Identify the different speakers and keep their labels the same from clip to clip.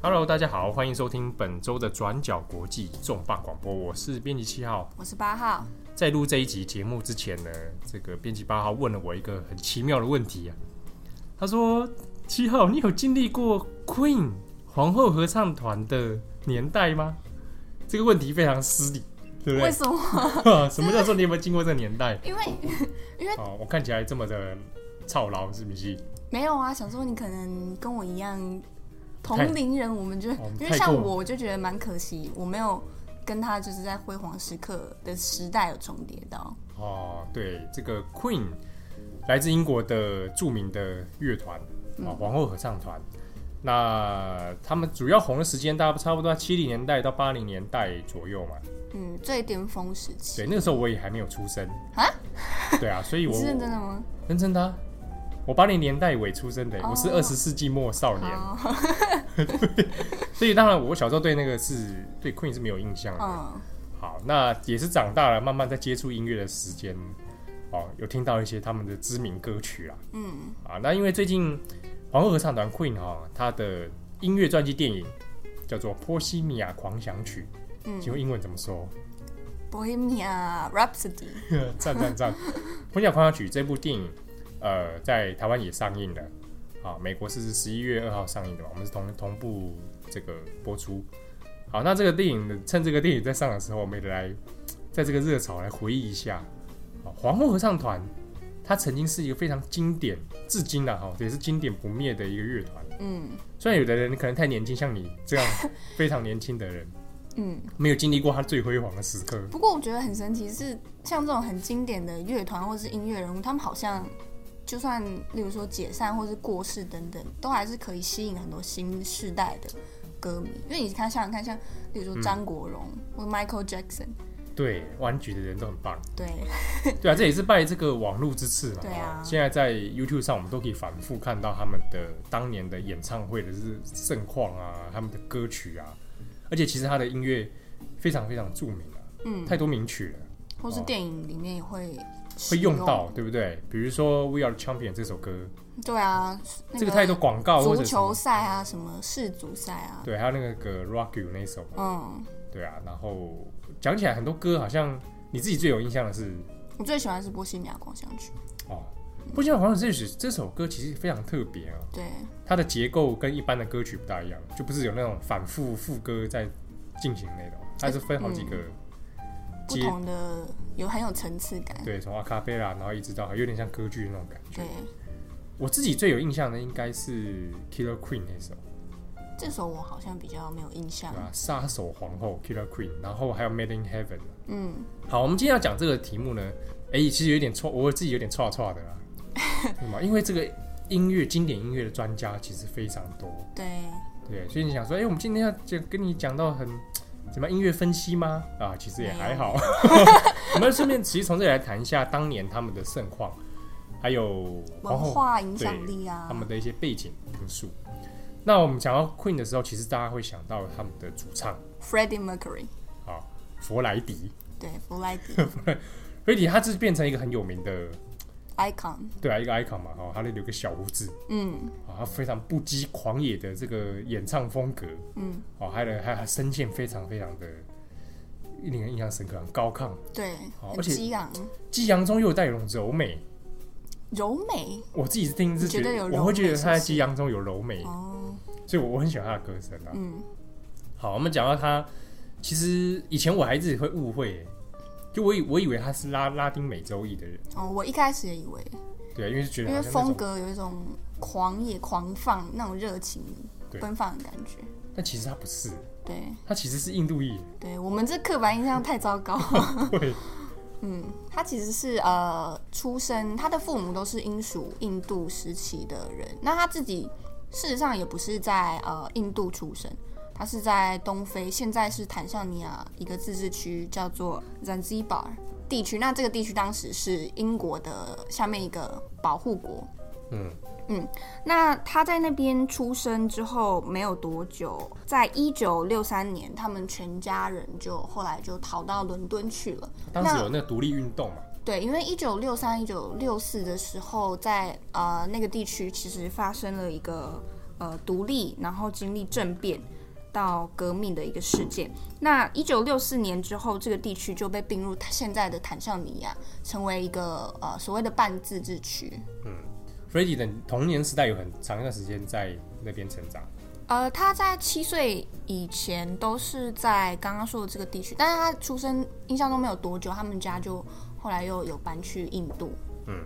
Speaker 1: Hello，大家好，欢迎收听本周的转角国际重磅广播，我是编辑七号。
Speaker 2: 我是八号，
Speaker 1: 在录这一集节目之前呢，这个编辑八号问了我一个很奇妙的问题啊，他说：“七号，你有经历过 Queen 皇后合唱团的年代吗？”这个问题非常失礼，对不
Speaker 2: 为什么？
Speaker 1: 对？什么叫做你有没有经过这个年 代？
Speaker 2: 因为
Speaker 1: 哦，我看起来这么的操劳，是不是？
Speaker 2: 没有啊，想说你可能跟我一样
Speaker 1: 太
Speaker 2: 同龄人，我们就
Speaker 1: 哦
Speaker 2: 因
Speaker 1: 太
Speaker 2: 为像
Speaker 1: 过了
Speaker 2: 我，我就觉得蛮可惜，我没有跟他就是在辉煌时刻的时代有重叠到。
Speaker 1: 哦，对，这个 Queen 来自英国的著名的乐团
Speaker 2: 嗯
Speaker 1: 啊，皇后合唱团。那他们主要红的时间，大概差不多七零年代到八零年代左右嘛。
Speaker 2: 嗯，最巅峰时期
Speaker 1: 对，那个时候我也还没有出生
Speaker 2: 啊。
Speaker 1: 对啊，所以
Speaker 2: 你
Speaker 1: 我
Speaker 2: 是认真的吗？
Speaker 1: 认真的啊、我八零年代尾出生的，
Speaker 2: 哦
Speaker 1: 我是二十世纪末少年，
Speaker 2: 好，
Speaker 1: 所以当然我小时候对那个是对 Queen 是没有印象的。
Speaker 2: 嗯，
Speaker 1: 好，那也是长大了，慢慢在接触音乐的时间，哦，有听到一些他们的知名歌曲啦。
Speaker 2: 嗯，
Speaker 1: 啊，那因为最近皇后合唱团 Queen 哈、他的音乐传记电影叫做《波西米亚狂想曲》，
Speaker 2: 嗯
Speaker 1: 请问英文怎么说？
Speaker 2: Bohemia Rhapsody，
Speaker 1: 赞赞赞！《波西米亚狂想曲》这部电影，呃，在台湾也上映了，啊，美国是十一月二号上映的嘛，我们是同同步这个播出。好，那这个电影趁这个电影在上的时候，我们也来在这个热潮来回忆一下，啊，皇后合唱团，它曾经是一个非常经典，至今呢、啊、哈，也是经典不灭的一个乐团。
Speaker 2: 嗯
Speaker 1: 虽然有的人可能太年轻，像你这样 非常年轻的人，
Speaker 2: 嗯。
Speaker 1: 没有经历过他最辉煌的时刻。
Speaker 2: 不过我觉得很神奇是，像这种很经典的乐团或是音乐人物，他们好像就算例如说解散或是过世等等，都还是可以吸引很多新世代的歌迷。因为你看，想想看，像例如说张国荣、或者 Michael Jackson，
Speaker 1: 对，玩局的人都很棒。
Speaker 2: 对，
Speaker 1: 对啊，这也是拜这个网络之赐嘛。
Speaker 2: 对啊
Speaker 1: 现在在 YouTube 上，我们都可以反复看到他们的当年的演唱会的是盛况啊，他们的歌曲啊，而且其实他的音乐非常非常著名啊，
Speaker 2: 嗯，
Speaker 1: 太多名曲了，
Speaker 2: 或是电影里面也会使
Speaker 1: 会用到，。对不对？比如说《We Are the Champion》这首歌，
Speaker 2: 嗯对啊，那
Speaker 1: 这个太多广告或
Speaker 2: 足
Speaker 1: 者什么
Speaker 2: 球赛啊，什么世足赛啊，
Speaker 1: 对，还有那个《Rock You》那首嘛。
Speaker 2: 嗯，
Speaker 1: 对啊，然后讲起来很多歌，好像你自己最有印象的是
Speaker 2: 我最喜欢是《波西米亚狂想曲
Speaker 1: 哦，《不像黄这曲》这首歌其实非常特别啊，》，
Speaker 2: 对，
Speaker 1: 它的结构跟一般的歌曲不大一样，就不是有那种反复副歌在进行那种，它是分好几个
Speaker 2: 不
Speaker 1: 阶，
Speaker 2: 同的有很有层次感，
Speaker 1: 对，从阿卡贝拉，然后一直到有点像歌剧那种感觉。
Speaker 2: 对
Speaker 1: 我自己最有印象的应该是 Killer Queen 那首，
Speaker 2: 这首我好像比较没有印象
Speaker 1: 对。啊吧、杀手皇后 Killer Queen，然后还有 Made in Heaven。
Speaker 2: 嗯，
Speaker 1: 好，我们今天要讲这个题目呢，哎、其实有点错，我自己有点错错的啦， 对吗？因为这个音乐经典音乐的专家其实非常多，
Speaker 2: 对，
Speaker 1: 对，所以你想说，哎、我们今天要讲跟你讲到很怎么样音乐分析吗？啊，其实也还好。 我们顺便其实从这里来谈一下当年他们的盛况，还有皇
Speaker 2: 文
Speaker 1: 后
Speaker 2: 化影响力啊，
Speaker 1: 他们的一些背景因素。那我们讲到 Queen 的时候，其实大家会想到他们的主唱
Speaker 2: Freddie Mercury，
Speaker 1: 啊，弗莱迪。
Speaker 2: 对，弗莱迪
Speaker 1: 弗莱迪他是变成一个很有名的
Speaker 2: icon，
Speaker 1: 对啊，一个 icon 嘛，哦，他那里有个小胡子
Speaker 2: 嗯
Speaker 1: 啊，他非常不羁狂野的这个演唱风格
Speaker 2: 嗯，
Speaker 1: 哦，还有还还声线非常非常的令人印象深刻，很高亢，
Speaker 2: 对，
Speaker 1: 好
Speaker 2: 很
Speaker 1: 而且
Speaker 2: 激昂，
Speaker 1: 激昂中又带有一种柔美。
Speaker 2: 柔美
Speaker 1: 我自己听是觉
Speaker 2: 你觉得有柔美
Speaker 1: 我会觉得他在
Speaker 2: 是不是
Speaker 1: 激昂中有柔美，
Speaker 2: 哦，
Speaker 1: 所以我我很喜欢他的歌声啊。
Speaker 2: 嗯，
Speaker 1: 好，我们讲到他，其实以前我还自己会误会，就我以我以为他是拉拉丁美洲裔的人，
Speaker 2: 哦，我一开始也以为，
Speaker 1: 对，因为觉得
Speaker 2: 因
Speaker 1: 好
Speaker 2: 为
Speaker 1: 像那
Speaker 2: 风
Speaker 1: 种，
Speaker 2: 格有一种狂野、狂放那种热情
Speaker 1: 对
Speaker 2: 奔放的感觉，
Speaker 1: 但其实他不是，
Speaker 2: 对
Speaker 1: 他其实是印度裔，
Speaker 2: 对，我们这刻板印象太糟糕了。
Speaker 1: 对，
Speaker 2: 嗯，他其实是呃，出生他的父母都是英属印度时期的人，那他自己事实上也不是在呃印度出生，他是在东非，现在是坦桑尼亚一个自治区叫做 Zanzibar 地区。那这个地区当时是英国的下面一个保护国，
Speaker 1: 嗯，
Speaker 2: 那他在那边出生之后没有多久，在一九六三年，他们全家人就后来就逃到伦敦去了。
Speaker 1: 当时
Speaker 2: 那
Speaker 1: 有那个独立运动嘛，
Speaker 2: 对，因为一九六三、一九六四的时候在，呃那个地区其实发生了一个呃独立，然后经历政变到革命的一个事件。那一九六四年之后，这个地区就被并入现在的坦尚尼亚，成为一个呃所谓的半自治区。
Speaker 1: Freddy 的童年时代有很长一段时间在那边成长，
Speaker 2: 呃，他在七岁以前都是在刚刚说的这个地区，但是他出生印象中没有多久，他们家就后来又有搬去印度。
Speaker 1: 嗯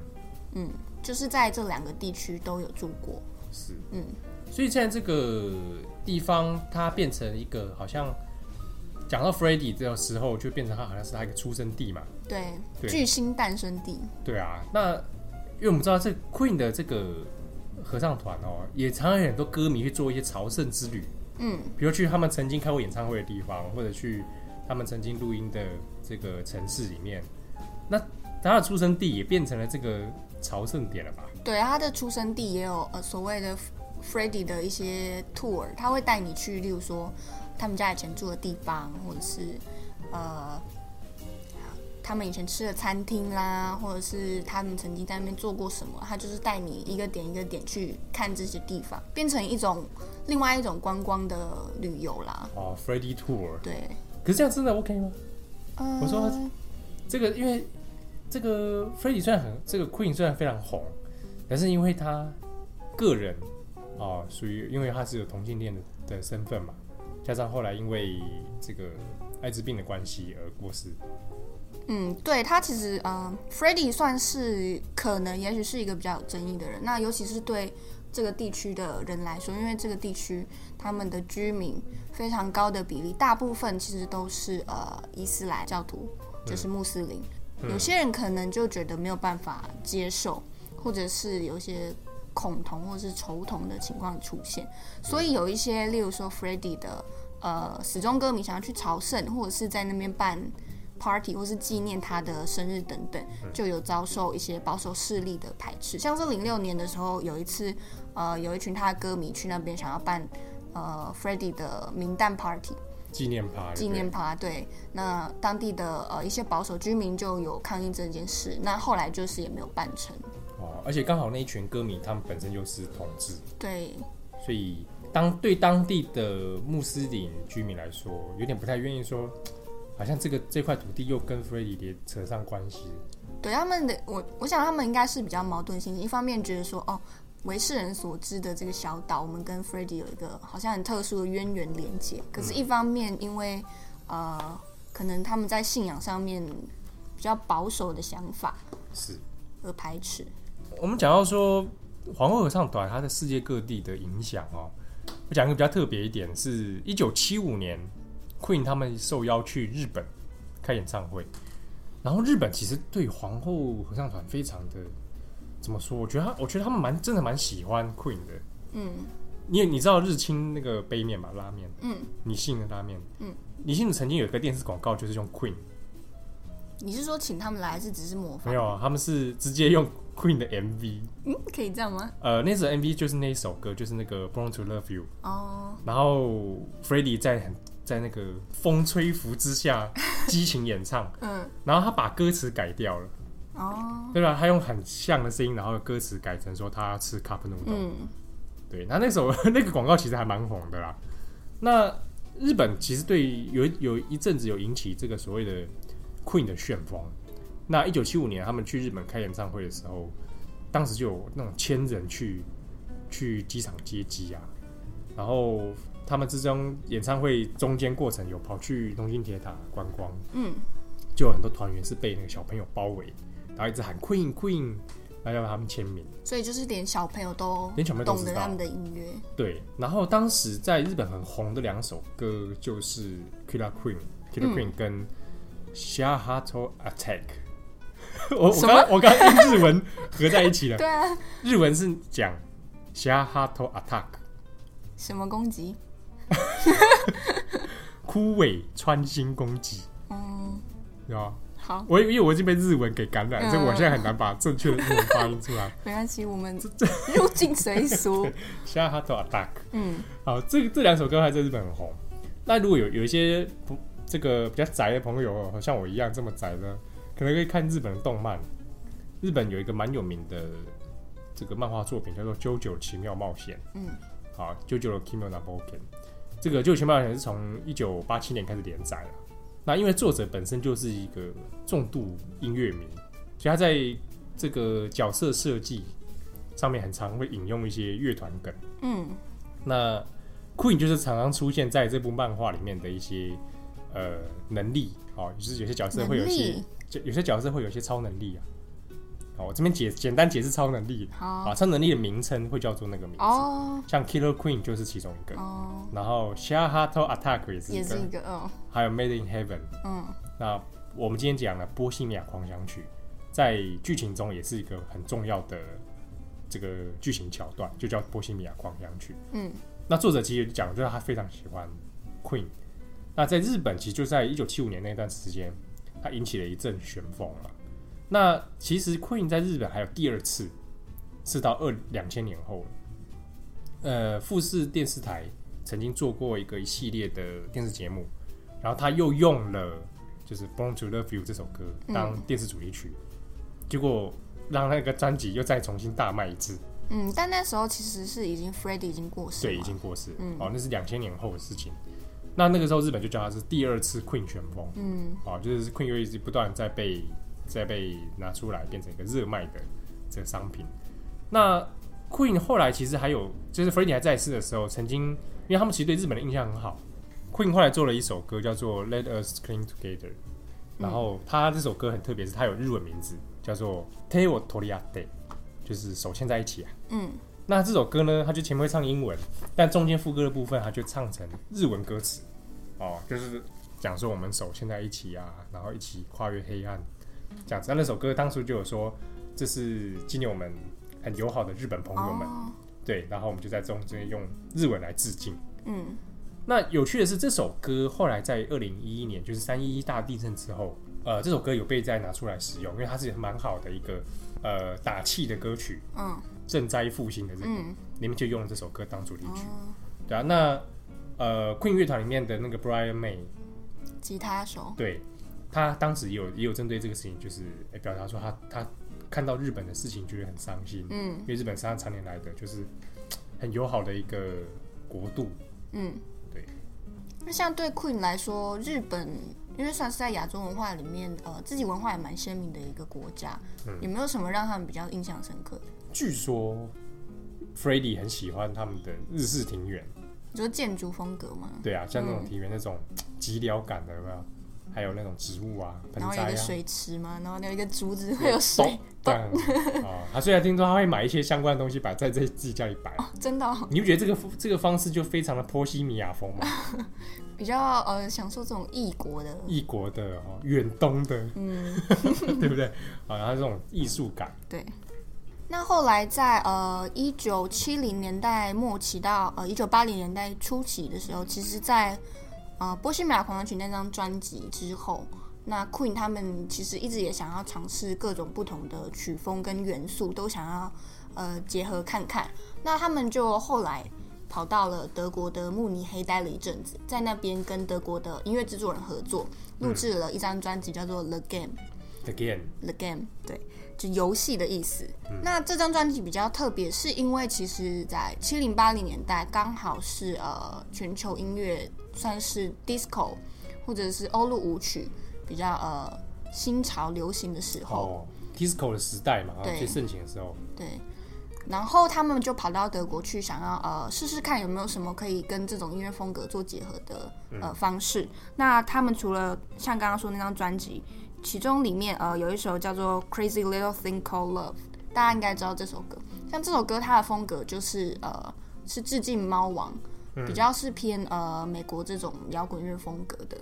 Speaker 2: 嗯，就是在这两个地区都有住过。
Speaker 1: 是，
Speaker 2: 嗯，
Speaker 1: 所以现在这个地方它变成一个好像讲到 Freddy 这个时候，就变成它好像是他一个出生地嘛，
Speaker 2: 对，
Speaker 1: 对
Speaker 2: 巨星诞生地。
Speaker 1: 对啊，那因为我们知道这 Queen 的这个合唱团哦，也常常有很多歌迷去做一些朝圣之旅，
Speaker 2: 嗯，
Speaker 1: 比如去他们曾经开过演唱会的地方，或者去他们曾经录音的这个城市里面，那他的出生地也变成了这个朝圣点了吧？
Speaker 2: 对，他的出生地也有呃所谓的 Freddy 的一些 tour，他会带你去，例如说他们家以前住的地方，或者是呃他们以前吃的餐厅啦，或者是他们曾经在那边做过什么，他就是带你一个点一个点去看这些地方，变成一种另外一种观光的旅游啦。
Speaker 1: 哦，Freddy Tour，
Speaker 2: 对，
Speaker 1: 可是这样真的 OK 吗？
Speaker 2: 呃、
Speaker 1: 我说这个因为这个 Freddie 虽然很这个 Queen 虽然非常红，但是因为他个人哦，属于因为他是有同性恋的的身份嘛，加上后来因为这个艾滋病的关系而过世，
Speaker 2: 嗯，对他其实，嗯、f r e d d y 算是可能，也许是一个比较有争议的人。那尤其是对这个地区的人来说，因为这个地区他们的居民非常高的比例，大部分其实都是呃伊斯兰教徒，就是穆斯林。有些人可能就觉得没有办法接受，或者是有一些恐同或是仇同的情况出现，所以有一些，例如说 f r e d d y 的呃始终歌迷想要去朝圣，或者是在那边办。party 或是纪念他的生日等等，就有遭受一些保守势力的排斥。像是零六年的时候，有一次，呃，有一群他的歌迷去那边想要办呃 f r e d d y 的名诞 party
Speaker 1: 纪念趴，
Speaker 2: 纪念趴，对，那当地的呃一些保守居民就有抗议这件事，那后来就是也没有办成。
Speaker 1: 哦，而且刚好那一群歌迷他们本身就是同志，
Speaker 2: 对，
Speaker 1: 所以当对当地的穆斯林居民来说，有点不太愿意说，好像这个这块土地又跟 Freddie 连扯上关系，
Speaker 2: 对他们的我，我想他们应该是比较矛盾心情，一方面觉得说，哦，为世人所知的这个小岛，我们跟 f r e d d y 有一个好像很特殊的渊源连接，可
Speaker 1: 嗯
Speaker 2: 是，一方面因为呃，可能他们在信仰上面比较保守的想法
Speaker 1: 是。
Speaker 2: 而排斥。
Speaker 1: 我们讲到说皇后合唱团它在世界各地的影响哦，我讲一个比较特别一点，是一九七五年 Queen 他们受邀去日本开演唱会，然后日本其实对皇后合唱团非常的怎么说？我觉得他，我觉得他们蛮真的蛮喜欢 Queen 的。
Speaker 2: 嗯
Speaker 1: 你也你知道日清那个杯面嘛，拉面，
Speaker 2: 嗯，
Speaker 1: 你信的拉面，
Speaker 2: 嗯，
Speaker 1: 你信曾经有一个电视广告就是用 Queen，
Speaker 2: 你是说请他们来，还是只是模仿？
Speaker 1: 没有啊，他们是直接用 Queen 的 MV，
Speaker 2: 嗯，可以这样吗？
Speaker 1: 呃，那首 MV 就是那一首歌，就是那个 Born to Love You。
Speaker 2: 哦，
Speaker 1: 然后 f r e d d y 在很在那个风吹拂之下激情演唱，
Speaker 2: 嗯，
Speaker 1: 然后他把歌词改掉了，
Speaker 2: 哦，
Speaker 1: 对吧？他用很像的声音，然后歌词改成说他要吃 cup noodle、
Speaker 2: 嗯，
Speaker 1: 对，那那首 那个广告其实还蛮红的啦。那日本其实对有有一阵子有引起这个所谓的 Queen 的旋风。那一九七五年他们去日本开演唱会的时候，当时就有那种千人去去机场接机啊，然后他们之中演唱会中间过程有跑去东京铁塔观光，
Speaker 2: 嗯，
Speaker 1: 就有很多团员是被那个小朋友包围，然后一直喊 Queen Queen，然后要他们签名。
Speaker 2: 所以就是连小朋友都
Speaker 1: 连小朋友都
Speaker 2: 懂
Speaker 1: 知
Speaker 2: 得
Speaker 1: 道
Speaker 2: 他们的音乐。
Speaker 1: 对，然后当时在日本很红的两首歌就是 Killer Queen、Killer
Speaker 2: 嗯
Speaker 1: Queen 跟 Shahato Attack。我我
Speaker 2: 什
Speaker 1: 刚我刚跟日文合在一起了，
Speaker 2: 对啊，
Speaker 1: 日文是讲 Shahato Attack，
Speaker 2: 什么攻击？
Speaker 1: 枯萎穿心攻击，
Speaker 2: 嗯，
Speaker 1: 知道吗？
Speaker 2: 好，
Speaker 1: 我因为我已经被日文给感染，所以我
Speaker 2: 嗯
Speaker 1: 现在很难把正确的日文发音出 来。
Speaker 2: 没关系，我们入境 随俗。
Speaker 1: Shahato Attack。
Speaker 2: 嗯
Speaker 1: 好，这这两首歌还在日本很红。那如果有有一些不这个比较宅的朋友哦，像我一样这么宅的，可能可以看日本的动漫。日本有一个蛮有名的这个漫画作品叫做《JoJo 奇妙冒险》。
Speaker 2: 嗯，
Speaker 1: 好，JoJo 的 Kimi n a b o k e n 这个《就全漫》是从一九八七年开始连载了。那因为作者本身就是一个重度音乐迷，所以他在这个角色设计上面很常会引用一些乐团梗。
Speaker 2: 嗯，
Speaker 1: 那 Queen 就是常常出现在这部漫画里面的一些呃能力，哦，就是有些角色会有一些
Speaker 2: 能力
Speaker 1: 就有些角色会有一些超能力啊。好，我这边解简单解释超能力
Speaker 2: 好
Speaker 1: 啊，超能力的名称会叫做那个名字，
Speaker 2: 哦
Speaker 1: 像 Killer Queen 就是其中一个，
Speaker 2: 哦，
Speaker 1: 然后 Shahato Attack 也是
Speaker 2: 也
Speaker 1: 一
Speaker 2: 是
Speaker 1: 个
Speaker 2: 一，个嗯
Speaker 1: 还有 Made in Heaven。
Speaker 2: 嗯
Speaker 1: 那我们今天讲的《波西米亚狂想曲》在剧情中也是一个很重要的这个剧情桥段，就叫《波西米亚狂想曲》。
Speaker 2: 嗯
Speaker 1: 那作者其实讲，就是他非常喜欢 Queen。那在日本，其实就在一九七五年那段时间，他引起了一阵旋风嘛。那其实 Queen 在日本还有第二次，是到二两千年后了。呃，富士电视台曾经做过一个一系列的电视节目，然后他又用了就是《Born to Love You》这首歌当电视主题曲，结果让那个专辑又再重新大卖一次。
Speaker 2: 嗯，但那时候其实是已经 Freddie 已经过世了
Speaker 1: 对，
Speaker 2: 嘛，
Speaker 1: 已经过世了。
Speaker 2: 嗯
Speaker 1: 哦，那是两千年后的事情。那那个时候日本就叫它是第二次 Queen 旋风，
Speaker 2: 嗯
Speaker 1: 哦，就是 Queen 又一直不断在被在被拿出来变成一个热卖的这个商品。那 Queen 后来其实还有，就是 f r e d d y 还在世的时候，曾经因为他们其实对日本的印象很好，Queen 后来做了一首歌叫做《Let Us Cling Together》，然
Speaker 2: 嗯
Speaker 1: 后他这首歌很特别，是它有日文名字叫做《Te o t o r i a t e 就是手牵在一起啊。
Speaker 2: 嗯
Speaker 1: 那这首歌呢，它就前面会唱英文，但中间副歌的部分，它就唱成日文歌词，哦，就是讲说我们手牵在一起啊，然后一起跨越黑暗，这样子。那那首歌当初就有说，这是纪念我们很友好的日本朋友们，
Speaker 2: 哦
Speaker 1: 对，然后我们就在中间用日文来致敬。
Speaker 2: 嗯
Speaker 1: 那有趣的是，这首歌后来在二零一一年，就是三一一大地震之后，呃，这首歌有被再拿出来使用，因为它是蛮好的一个呃打气的歌曲，
Speaker 2: 嗯
Speaker 1: 赈灾复兴的这个。
Speaker 2: 嗯
Speaker 1: 里面就用了这首歌当主题曲。
Speaker 2: 哦，
Speaker 1: 对啊，那呃，Queen 乐团里面的那个 Brian May，
Speaker 2: 吉他手
Speaker 1: 对他当时也有也有针对这个事情，就是、诶表达说他他看到日本的事情觉得很伤心，
Speaker 2: 嗯
Speaker 1: 因为日本是他常年来的就是嘖很友好的一个国度。
Speaker 2: 嗯
Speaker 1: 对。
Speaker 2: 那像对 Queen 来说，日本因为算是在亚洲文化里面，呃，自己文化也蛮鲜明的一个国家，
Speaker 1: 嗯
Speaker 2: 有没有什么让他们比较印象深刻的？
Speaker 1: 据说 f r e d d y 很喜欢他们的日式庭园，
Speaker 2: 你说建筑风格吗？
Speaker 1: 对啊，像那种
Speaker 2: 嗯
Speaker 1: 庭园那种嘖寂寥感的有没有？还有那种植物啊，盆
Speaker 2: 然后有
Speaker 1: 栽
Speaker 2: 一
Speaker 1: 啊
Speaker 2: 个，水池嘛，然后有一个竹子会有水，
Speaker 1: 这样啊。他虽然听说他会买一些相关的东西摆在这自己家里摆，
Speaker 2: 真的哦、
Speaker 1: 你不觉得这个这个方式就非常的波西米亚风 吗？
Speaker 2: 比较呃享受这种异国的，
Speaker 1: 异国的哦，远东的，
Speaker 2: 嗯，
Speaker 1: 对不对？啊，然后这种艺术感，
Speaker 2: 对。那后来在呃一九七零年代末期到呃一九八零年代初期的时候，其实在，呃《波西米亚狂想曲》那张专辑之后，那 Queen 他们其实一直也想要尝试各种不同的曲风跟元素，都想要呃结合看看。那他们就后来跑到了德国的慕尼黑待了一阵子，在那边跟德国的音乐制作人合作，录制了一张专辑叫做《The Game》。
Speaker 1: again，
Speaker 2: The Game，对，就游戏的意思。那这张专辑比较特别，是因为其实在七零八零年代刚好是呃全球音乐算是 disco 或者是欧陆舞曲比较呃新潮流行的时候，
Speaker 1: 哦，disco 的时代嘛，啊，
Speaker 2: 对
Speaker 1: 最盛行的时候，
Speaker 2: 对。然后他们就跑到德国去，想要呃试试看有没有什么可以跟这种音乐风格做结合的呃方式。那他们除了像刚刚说那张专辑，其中里面呃有一首叫做《Crazy Little Thing Called Love》，大家应该知道这首歌。像这首歌它的风格就是呃是致敬猫王，比较是偏呃美国这种摇滚乐风格的。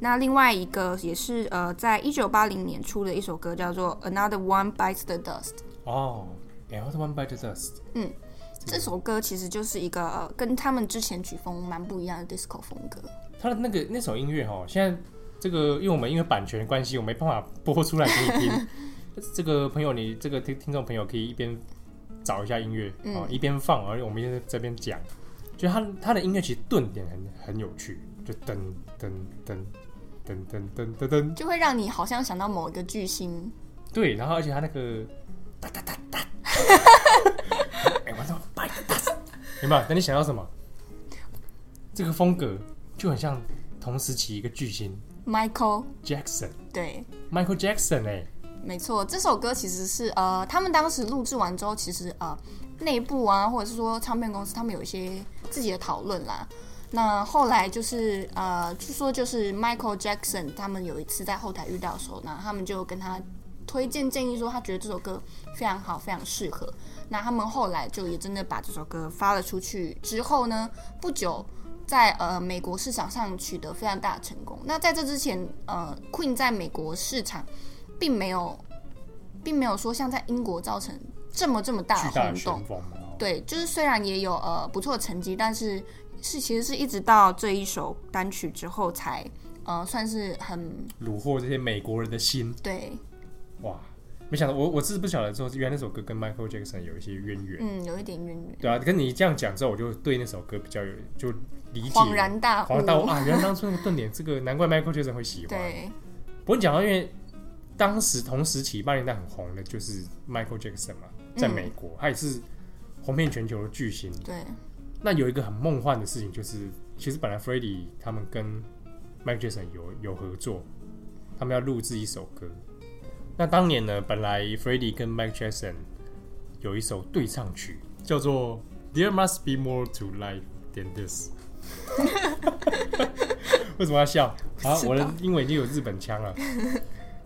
Speaker 2: 那另外一个也是呃在一九八零年出的一首歌叫做《Another One Bites the Dust》。
Speaker 1: 哦，L one by the dust，
Speaker 2: 这首歌其实就是一个、呃跟他们之前曲风蛮不一样的 disco 风格。
Speaker 1: 他的那个那首音乐哦，现在这个因为我们因为版权关系，我没办法播出来给你听。这个朋友，你这个听听众朋友可以一边找一下音乐哦，一边放，而我们一边在这边讲，就他他的音乐其实顿点很很有趣，就噔噔噔噔噔噔噔噔，
Speaker 2: 就会让你好像想到某一个巨星，
Speaker 1: 对，然后而且他那个哒哒哒哒，哎，我说拜有没有？那你想要什么？这个风格就很像同时期一个巨星
Speaker 2: Michael，
Speaker 1: Jackson。
Speaker 2: 对，
Speaker 1: Michael Jackson 哎、
Speaker 2: 没错，这首歌其实是呃，他们当时录制完之后，其实呃，内部啊，或者是说唱片公司，他们有一些自己的讨论啦。那后来就是呃，据说就是 Michael Jackson 他们有一次在后台遇到的时候，那他们就跟他推荐建议说，他觉得这首歌非常好，非常适合。那他们后来就也真的把这首歌发了出去之后呢，不久在呃美国市场上取得非常大的成功。那在这之前，呃，Queen 在美国市场并没有，并没有说像在英国造成这么这么大
Speaker 1: 巨
Speaker 2: 的
Speaker 1: 大的
Speaker 2: 轰动
Speaker 1: 旋。风嘛。哦
Speaker 2: 对，就是虽然也有呃不错的成绩，但是是其实是一直到这一首单曲之后才呃算是很
Speaker 1: 虏获这些美国人的心，
Speaker 2: 对，
Speaker 1: 哇！没想到我我是不晓得说，原来那首歌跟 Michael Jackson 有一些渊源。
Speaker 2: 嗯，有一点渊源，
Speaker 1: 对啊，跟你这样讲之后，我就对那首歌比较有就理解。
Speaker 2: 恍然大悟，
Speaker 1: 恍然大悟啊！原来当初那个顿点，这个难怪 Michael Jackson 会喜欢。
Speaker 2: 对，
Speaker 1: 不过你讲到，因为当时同时期八零年代很红的就是 Michael Jackson 嘛，
Speaker 2: 嗯
Speaker 1: 在美国，他也是红遍全球的巨星。
Speaker 2: 对，
Speaker 1: 那有一个很梦幻的事情，就是其实本来 f r e d d y 他们跟 Michael Jackson 有有合作，他们要录制一首歌。那当年呢，本来 f r e d d y 跟 Michael Jackson 有一首对唱曲，叫做《There Must Be More to Life Than This》。为什么要笑？啊，我的英文已经有日本腔了。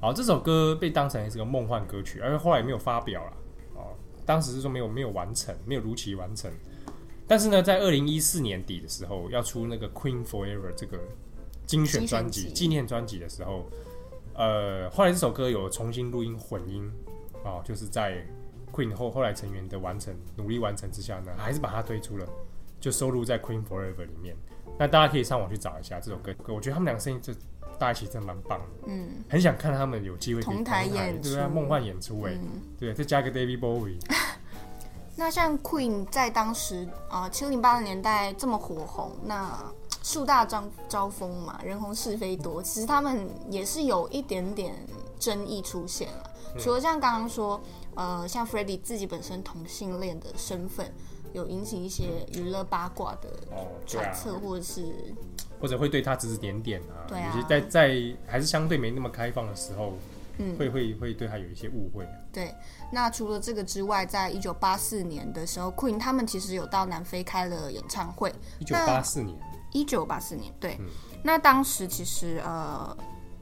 Speaker 1: 好，这首歌被当成是个梦幻歌曲，而后来也没有发表了。哦，当时是说没有没有完成，没有如期完成。但是呢，在二零一四年底的时候，要出那个《Queen Forever》这个精选专
Speaker 2: 精
Speaker 1: 辑、
Speaker 2: 选集
Speaker 1: 纪念专辑的时候，呃，后来这首歌有重新录音混音，哦，就是在 Queen 后后来成员的完成努力完成之下呢，还是把它推出了，就收录在 Queen Forever 里面。那大家可以上网去找一下这首歌，我觉得他们两个声音就大家一起真的蛮棒的，
Speaker 2: 嗯
Speaker 1: 很想看他们有机会可以
Speaker 2: 同台演
Speaker 1: 对啊，
Speaker 2: 出
Speaker 1: 梦幻演出哎、
Speaker 2: 嗯。
Speaker 1: 对，再加个 David Bowie，
Speaker 2: 那像 Queen 在当时啊七零八零年代这么火红，那树大招招风嘛，人红是非多，其实他们也是有一点点争议出现了。
Speaker 1: 嗯
Speaker 2: 除了像刚刚说，呃，像 f r e d d y 自己本身同性恋的身份，有引起一些娱乐八卦的
Speaker 1: 哦，对
Speaker 2: 揣
Speaker 1: 啊，
Speaker 2: 测，或者是
Speaker 1: 或者会对他指指点点啊，
Speaker 2: 对啊
Speaker 1: 有些在在还是相对没那么开放的时候，
Speaker 2: 嗯
Speaker 1: 会会会对他有一些误会啊、
Speaker 2: 对，那除了这个之外，在一九八四年的时候，Queen 他们其实有到南非开了演唱会，
Speaker 1: 一九八四年，
Speaker 2: 一九八四年，对。那当时其实呃，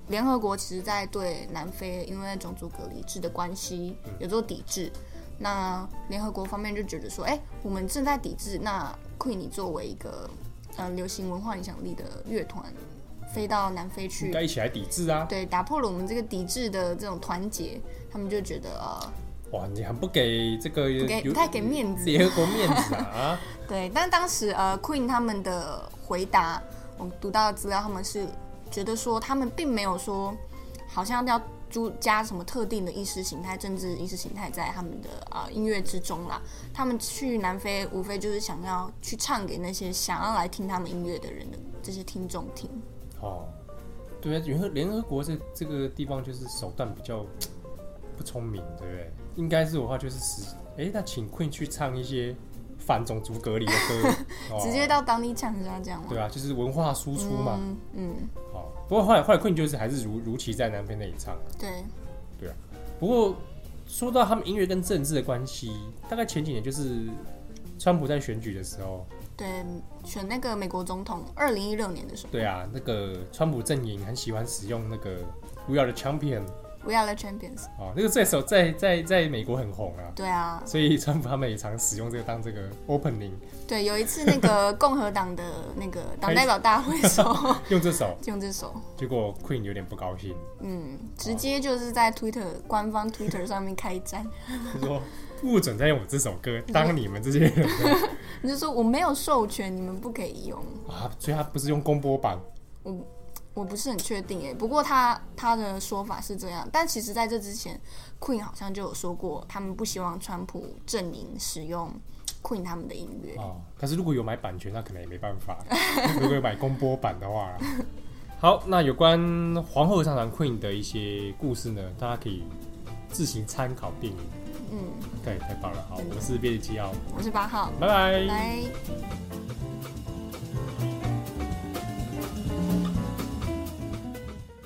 Speaker 2: 联合国其实在对南非因为种族隔离制的关系嗯有做抵制。那联合国方面就觉得说，哎、我们正在抵制。那 Queen 你作为一个呃流行文化影响力的乐团，飞到南非
Speaker 1: 应
Speaker 2: 去
Speaker 1: 该，一起来抵制啊！
Speaker 2: 对，打破了我们这个抵制的这种团结，他们就觉得呃，
Speaker 1: 哇，你很不给这个
Speaker 2: 不给
Speaker 1: 有
Speaker 2: 不太给面子
Speaker 1: 联合国面子啊！啊，
Speaker 2: 对，但当时呃，Queen 他们的回答，我读到的资料，他们是觉得说他们并没有说好像要注加什么特定的意识形态、政治意识形态在他们的呃音乐之中啦。他们去南非无非就是想要去唱给那些想要来听他们音乐的人的这些听众听。
Speaker 1: 哦，对啊，联合联合国这这个地方就是手段比较不聪明，对不对？应该是我的话就是实，哎，那请 Queen 去唱一些反种族隔离的 歌，哦
Speaker 2: 直接到当地唱是要这样吗？
Speaker 1: 对啊，就是文化输出嘛。
Speaker 2: 嗯嗯，
Speaker 1: 哦，不过后来后来 Queen 就是还是如如期在南非那里唱。
Speaker 2: 对，
Speaker 1: 不过说到他们音乐跟政治的关系，大概前几年就是川普在选举的时候，
Speaker 2: 对，选那个美国总统，二零一六年的时候，
Speaker 1: 对啊，那个川普阵营很喜欢使用那个 We Are the Champion
Speaker 2: 《We Are the Champions》。
Speaker 1: 哦，那个这首在在在美国很红啊，
Speaker 2: 对啊，
Speaker 1: 所以 川普他们也常使用这个当这个 opening，
Speaker 2: 对，有一次那个共和党的那个党代表大会的时候，
Speaker 1: 用这首，
Speaker 2: 用这首，
Speaker 1: 结果 Queen 有点不高兴，
Speaker 2: 嗯，直接就是在 Twitter 官方 Twitter 上面开战，
Speaker 1: 就 说不准再用我这首歌当你们这些人 的
Speaker 2: 你就说我没有授权，你们不可以用。
Speaker 1: 啊，所以他不是用公播版，
Speaker 2: 我不是很确定欸诶，不过他他的说法是这样，但其实在这之前，Queen 好像就有说过，他们不希望川普阵营使用 Queen 他们的音乐。
Speaker 1: 哦，可是如果有买版权，那可能也没办 法。如果有买公播版的话啦，好，那有关皇后上场 Queen 的一些故事呢，大家可以自行参考电影
Speaker 2: 嗯，
Speaker 1: 对，太棒了。好，我是编辑七号，
Speaker 2: 我是八号，
Speaker 1: 嗯拜拜。
Speaker 2: 拜。